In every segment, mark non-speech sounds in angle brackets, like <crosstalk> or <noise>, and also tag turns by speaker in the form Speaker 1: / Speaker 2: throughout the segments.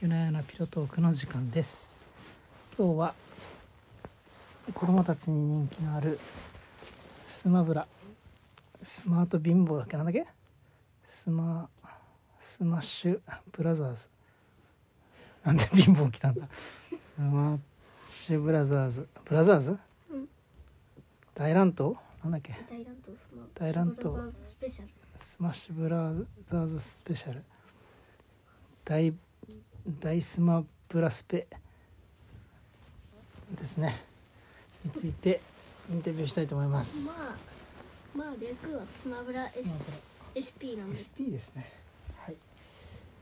Speaker 1: 夜な夜なピロトークの時間です今日は子供たちに人気のあるスマブラスマート貧乏だっけなんだっけスマスマッシュブラザーズなんで貧乏来たんだスマッシュブラザーズブラザーズ、
Speaker 2: うん
Speaker 1: 大乱闘なんだっけ
Speaker 2: 大乱闘スマ
Speaker 1: 大乱闘
Speaker 2: ブラザーズスペシャル
Speaker 1: スマッシュブラザーズスペシャル大大スマブラスペですねについてインタビューしたいと思います。
Speaker 2: まあまあ略はスマブラ S-
Speaker 1: スマブラ
Speaker 2: SP なんです
Speaker 1: SP ですね。はい。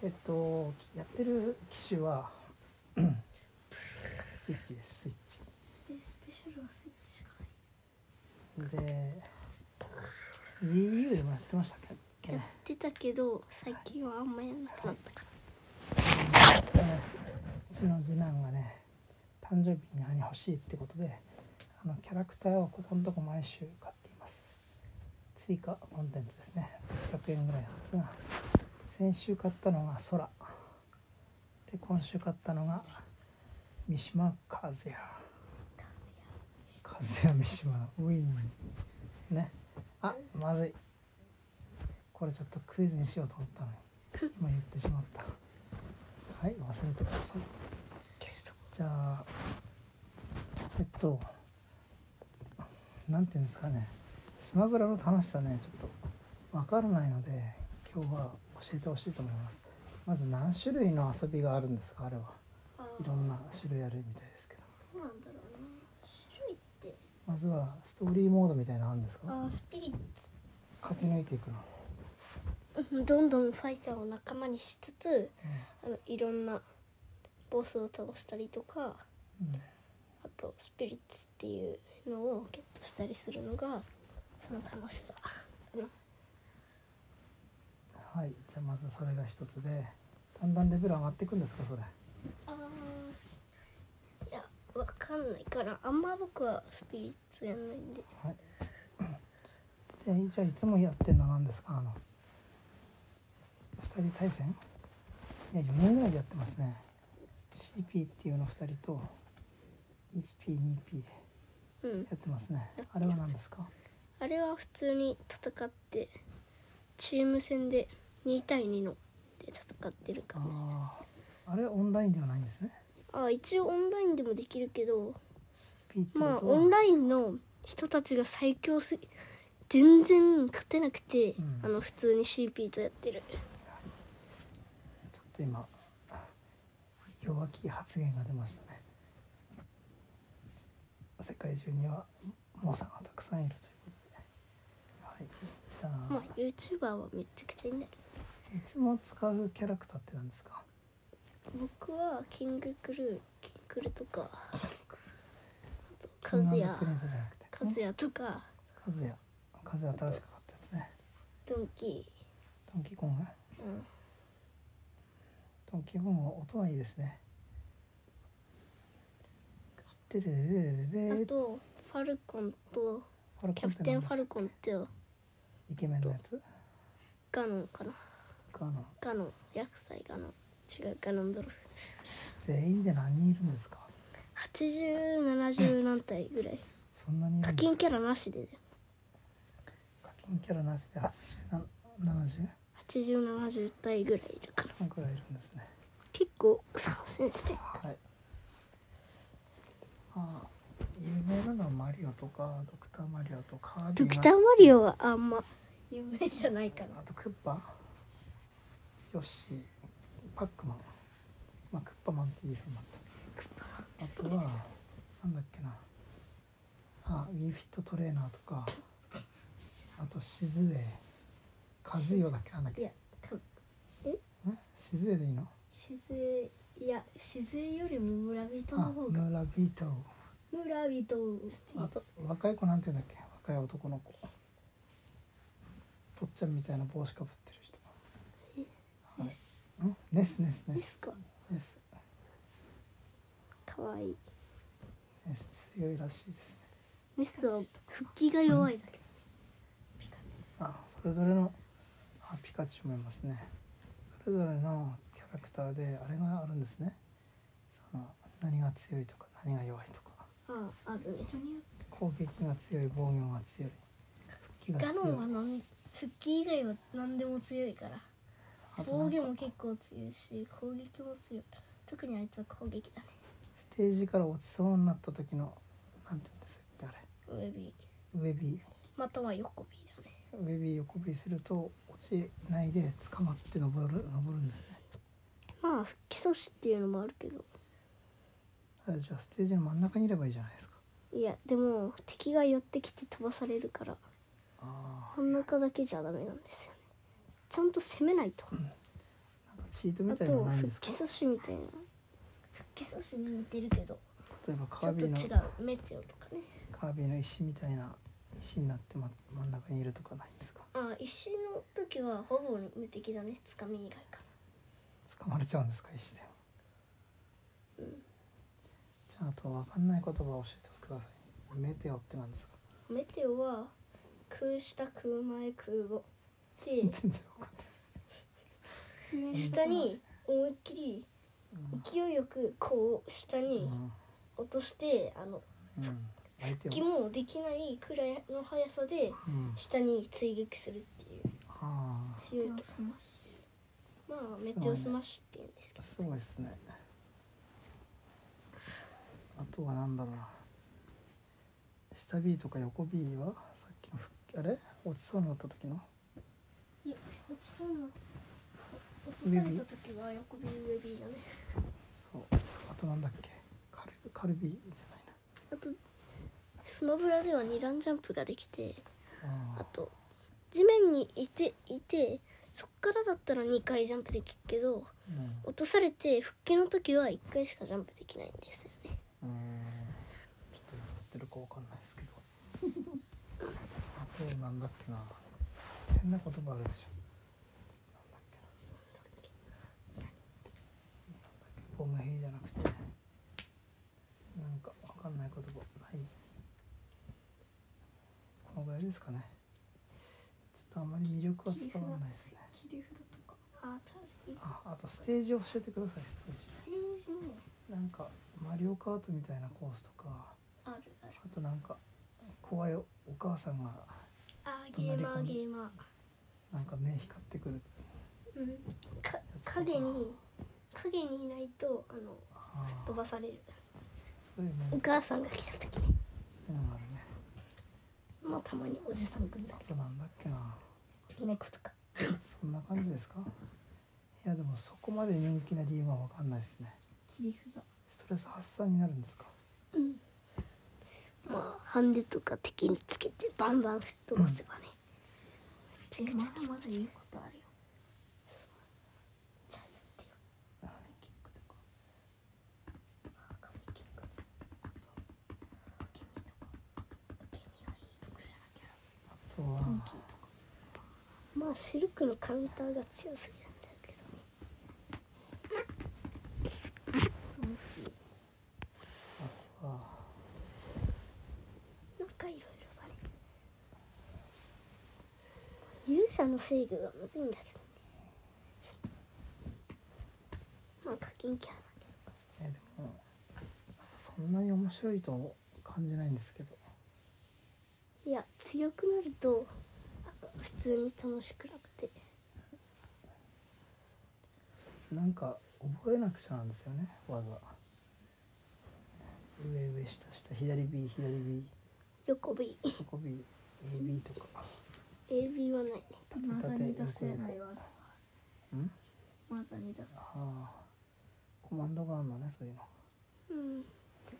Speaker 1: えっとやってる機種は <coughs> スイッチですスイッチ。
Speaker 2: でスペシャルはスイッチしかない
Speaker 1: で WiiU でもやってましたっけ
Speaker 2: や
Speaker 1: ね
Speaker 2: っ。てたけど最近はあんまやんなくなったか
Speaker 1: えーうちの次男がね誕生日に何欲しいってことであのキャラクターをここのとこ毎週買っています追加コンテンツですね100円ぐらいなんですが先週買ったのが空で今週買ったのが三島和也和也三島ウィーンねあまずいこれちょっとクイズにしようと思ったのに今言ってしまったはい、忘れてください。じゃあ、えっと、なんていうんですかね、スマブラの楽しさね、ちょっとわからないので、今日は教えてほしいと思います。まず何種類の遊びがあるんですか、あれは。
Speaker 2: らあ
Speaker 1: いろんな種類あるみたいですけど。
Speaker 2: どうなんだろうな種類って
Speaker 1: まずはストーリーモードみたいなのあるんですか
Speaker 2: あースピリッツ
Speaker 1: 勝ち抜いていくの。
Speaker 2: うんどんどんファイターを仲間にしつつあのいろんなボスを倒したりとか
Speaker 1: うん
Speaker 2: あとスピリッツっていうのをゲットしたりするのがその楽しさ
Speaker 1: はい、じゃあまずそれが一つで、だんだんレベル上がっていくんですか、それ。
Speaker 2: あーいやわかんないからあんま僕はスピリッツやんないんで
Speaker 1: はい。で、じゃあいつもやってんのは何ですかあの。二人対戦。いや、四人ぐらいでやってますね。CP っていうの二人と。1P、2P で
Speaker 2: うん
Speaker 1: やってますね。あれは何ですか
Speaker 2: あれは普通に戦ってチーム戦で2対2ので戦ってる感じ
Speaker 1: ああ。あれオンラインではないんですね。
Speaker 2: あー一応オンラインでもできるけど
Speaker 1: CP ってことは
Speaker 2: まあ。オンラインの人たちが最強すぎ全然勝てなくて、
Speaker 1: うん
Speaker 2: あの普通に CP とやってる
Speaker 1: ちょっと今弱気発言が出ましたね世界中にはモサがたくさんいるということで、はい、じゃあ、
Speaker 2: まあ YouTuber はめっちゃくちゃいいんだけど
Speaker 1: いつも使うキャラクターって何ですか
Speaker 2: 僕はキングクルーキングルとかあとカズ
Speaker 1: キングオブ
Speaker 2: ヤ
Speaker 1: プリンスじゃなくて
Speaker 2: カズヤとか
Speaker 1: カズヤカズヤ新しく買ったやつね
Speaker 2: ドンキ
Speaker 1: ドンキーコング
Speaker 2: ー、うん、
Speaker 1: ドンキーコングは音はいいですねででででで
Speaker 2: あ
Speaker 1: で
Speaker 2: とファルコンと
Speaker 1: ファル
Speaker 2: キャプテンファルコンって
Speaker 1: イケメンのやつ
Speaker 2: ガノンかな
Speaker 1: かな
Speaker 2: ガノン薬剤ガノン違うガノンドルフ
Speaker 1: 全員で何人いるんですか
Speaker 2: 8070何体ぐらい
Speaker 1: そんなにいる
Speaker 2: 課
Speaker 1: んです
Speaker 2: 金
Speaker 1: か
Speaker 2: キャラなしでね
Speaker 1: 課金キャラなしで80な 70?
Speaker 2: 8070体ぐらいいるかな
Speaker 1: そのくらいいるんですね
Speaker 2: 結構参戦してる
Speaker 1: はいああ有名なのはマリオとかドクターマリオとカービィ
Speaker 2: ド
Speaker 1: ナ
Speaker 2: クターマリオはあんま有名じゃないかな
Speaker 1: あとクッパヨッシーパックマンまあクッパマンって言いそうになったあとはなんだっけなあウィーフィットトレーナーとかあとシズウェイカズヨだっけなんだっ
Speaker 2: い
Speaker 1: け
Speaker 2: やか
Speaker 1: んシズウェイでいいの
Speaker 2: 静江いや静江よりも村人の
Speaker 1: あ
Speaker 2: 方が
Speaker 1: ムーラビート
Speaker 2: 村人を
Speaker 1: あと若い子なんて言うんだっけ若い男の子ぽっちゃんみたいな帽子かぶってる人はいんネスネスネ
Speaker 2: で
Speaker 1: ス
Speaker 2: すか
Speaker 1: ネス
Speaker 2: かわいい
Speaker 1: ネス強いらしいですね
Speaker 2: ネスは復帰が弱いだけピカチ
Speaker 1: あそれぞれのあピカチュウもいますねそれぞれのキャラャラクターであれがあるんですねその何が強いとか何が弱いとか
Speaker 2: ああるね
Speaker 3: 人によっ
Speaker 1: 攻撃が強い防御が強い復帰が強
Speaker 2: ガ
Speaker 1: い
Speaker 2: ノンはなん復帰以外は何でも強いから
Speaker 1: あとなん
Speaker 2: 防
Speaker 1: か
Speaker 2: 御も結構強いし攻撃も強い特にあいつは攻撃だね
Speaker 1: ステージから落ちそうになった時のなんて言うんですかあれ
Speaker 2: 上 B
Speaker 1: 上 B
Speaker 2: または横 B だね
Speaker 1: 上 B 横 B すると落ちないで捕まって登る登るんですね
Speaker 2: まあ復帰阻止っていうのもあるけど
Speaker 1: あれじゃあステージの真ん中にいればいいじゃないですか
Speaker 2: いやでも敵が寄ってきて飛ばされるから
Speaker 1: ああ
Speaker 2: 真ん中だけじゃダメなんですよねちゃんと攻めないと
Speaker 1: なんかチートみ
Speaker 2: あ
Speaker 1: たいなの
Speaker 2: と
Speaker 1: ないんで
Speaker 2: 復
Speaker 1: すか
Speaker 2: 帰阻止みたいな復帰阻止に似てるけど
Speaker 1: 例えばカ
Speaker 2: ちょ
Speaker 1: ー
Speaker 2: っ
Speaker 1: ビ
Speaker 2: と
Speaker 1: ィ
Speaker 2: 違
Speaker 1: の
Speaker 2: うメテオとかね
Speaker 1: カービィの石みたいな石になって、ま、真ん中にいるとかないんですか
Speaker 2: あ石の時はほぼ無敵だねつかみ以外か
Speaker 1: 捕まれちゃうんですか石でもじゃああと分かんない言葉を教えてくださいメテオって何ですか
Speaker 2: らメテオは空下空前空後で
Speaker 1: 全然分かんない
Speaker 2: 下に思いっきり勢いよくこう下
Speaker 1: う
Speaker 2: に
Speaker 1: ん
Speaker 2: 落としてあの
Speaker 1: うん相手
Speaker 2: 気
Speaker 1: を
Speaker 2: もできないくらいの速さで
Speaker 1: うん
Speaker 2: 下に追撃するっていう
Speaker 1: あ
Speaker 2: 強いけど
Speaker 3: てはします
Speaker 2: まあメテオスマッシュって言うんですけ
Speaker 1: あすごいですねあとは何だろうな下 B とか横 B はさっきの復帰あれ落ちそうになった時の
Speaker 2: どいや落ちたの落とされた時は横ビ上ビだね
Speaker 1: そうあとなんだっけカルカルビーじ
Speaker 2: あとスマブラでは二段ジャンプができて
Speaker 1: ゃないな
Speaker 2: あ
Speaker 1: あ
Speaker 2: と地面にいていてそっからだったら2回ジャンプできるけど
Speaker 1: ー
Speaker 2: 落とされて復帰の時は1回しかジャンプできないんですよね
Speaker 1: うんうーんちょっとやってるかわかんないですけどあとなんだっけな変な言葉あるでしょなんだっけなボム兵じゃなくてなんかわかんない言葉ないこのぐらいですかねちょっとあんまり魅力は伝わらないですね
Speaker 3: 切り札とか
Speaker 2: あ確かに
Speaker 1: ああとステージを教えてくださいステージ
Speaker 2: 全然
Speaker 1: な
Speaker 2: ね
Speaker 1: んかマリオカートみたいなコースとか
Speaker 2: あるある
Speaker 1: あとなんか怖いお母さんが
Speaker 2: あーゲーマーゲーマ
Speaker 1: なんか目光ってくる
Speaker 2: ーうんか影に影にいないとあの
Speaker 1: ああ
Speaker 2: 飛ばされる
Speaker 1: そういう
Speaker 2: お
Speaker 1: ね
Speaker 2: 母さんが来た時ね
Speaker 1: そういうのがあるね
Speaker 2: まあたまにおじさん組んだ
Speaker 1: あとなんだっけな
Speaker 2: り猫とか
Speaker 1: そんな感じですかいやでもそこまで人気な理由はわかんないですね
Speaker 3: 切り札
Speaker 1: ストレス発散になるんですか
Speaker 2: まあハンデとか敵につけてバンバン吹っ飛ばせばね、
Speaker 3: え
Speaker 2: めちゃくちゃ
Speaker 3: まだまだ言うことあるよ
Speaker 2: ちゃんやってよ
Speaker 3: カメキックとか
Speaker 2: あ髪切る
Speaker 3: アケミとか
Speaker 2: 受け身はいい
Speaker 3: 特殊なキャラ
Speaker 1: あとは
Speaker 3: モンキーとか
Speaker 2: まあシルクのカウンターが強すぎるんだけどね
Speaker 1: あと
Speaker 3: トモキー
Speaker 1: は
Speaker 2: なんかいろいろだね勇者の制御がむずいんだけどねまあ課金キャラだけど
Speaker 1: えでもそんなに面白いと感じないんですけど
Speaker 2: いや強くなるとあ普通に楽しくなくて
Speaker 1: なんか覚えなくちゃなんですよね技上上下下左 B 左 B
Speaker 2: 横 BAB
Speaker 1: 横 BAB とか
Speaker 2: はないね
Speaker 1: 縦
Speaker 3: まだに
Speaker 1: 縦
Speaker 3: 出せ
Speaker 1: 横横
Speaker 3: ない技
Speaker 1: うん
Speaker 3: まだに出せ
Speaker 1: ああコマンドがあるのねそういうの
Speaker 2: うん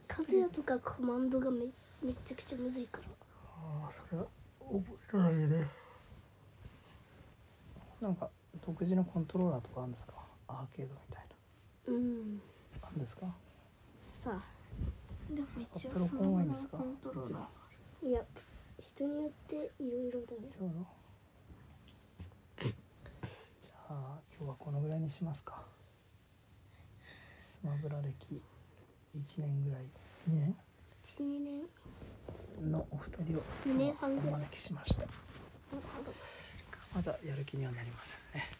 Speaker 2: 和也とかコマンドがめめっちゃくちゃむずいから
Speaker 1: ああそれは覚えてないねなんか独自のコントローラーとかあるんですかアーケードみたい
Speaker 2: うん
Speaker 1: なあるんですか
Speaker 2: さあ
Speaker 3: でも一応
Speaker 1: プロ
Speaker 3: そ
Speaker 1: コ
Speaker 3: の
Speaker 1: ンは
Speaker 3: ま
Speaker 1: いいんで
Speaker 3: ます
Speaker 1: か
Speaker 3: コントローラー
Speaker 2: いや人によっていろいろだね
Speaker 1: 今日のじゃあ今日はこのぐらいにしますかスマブラ歴1年ぐらい2年
Speaker 2: 12年
Speaker 1: のお二人を
Speaker 2: 2年半
Speaker 1: お
Speaker 2: ぐらい
Speaker 1: 招きしました
Speaker 2: ああの
Speaker 1: まだやる気にはなりませんね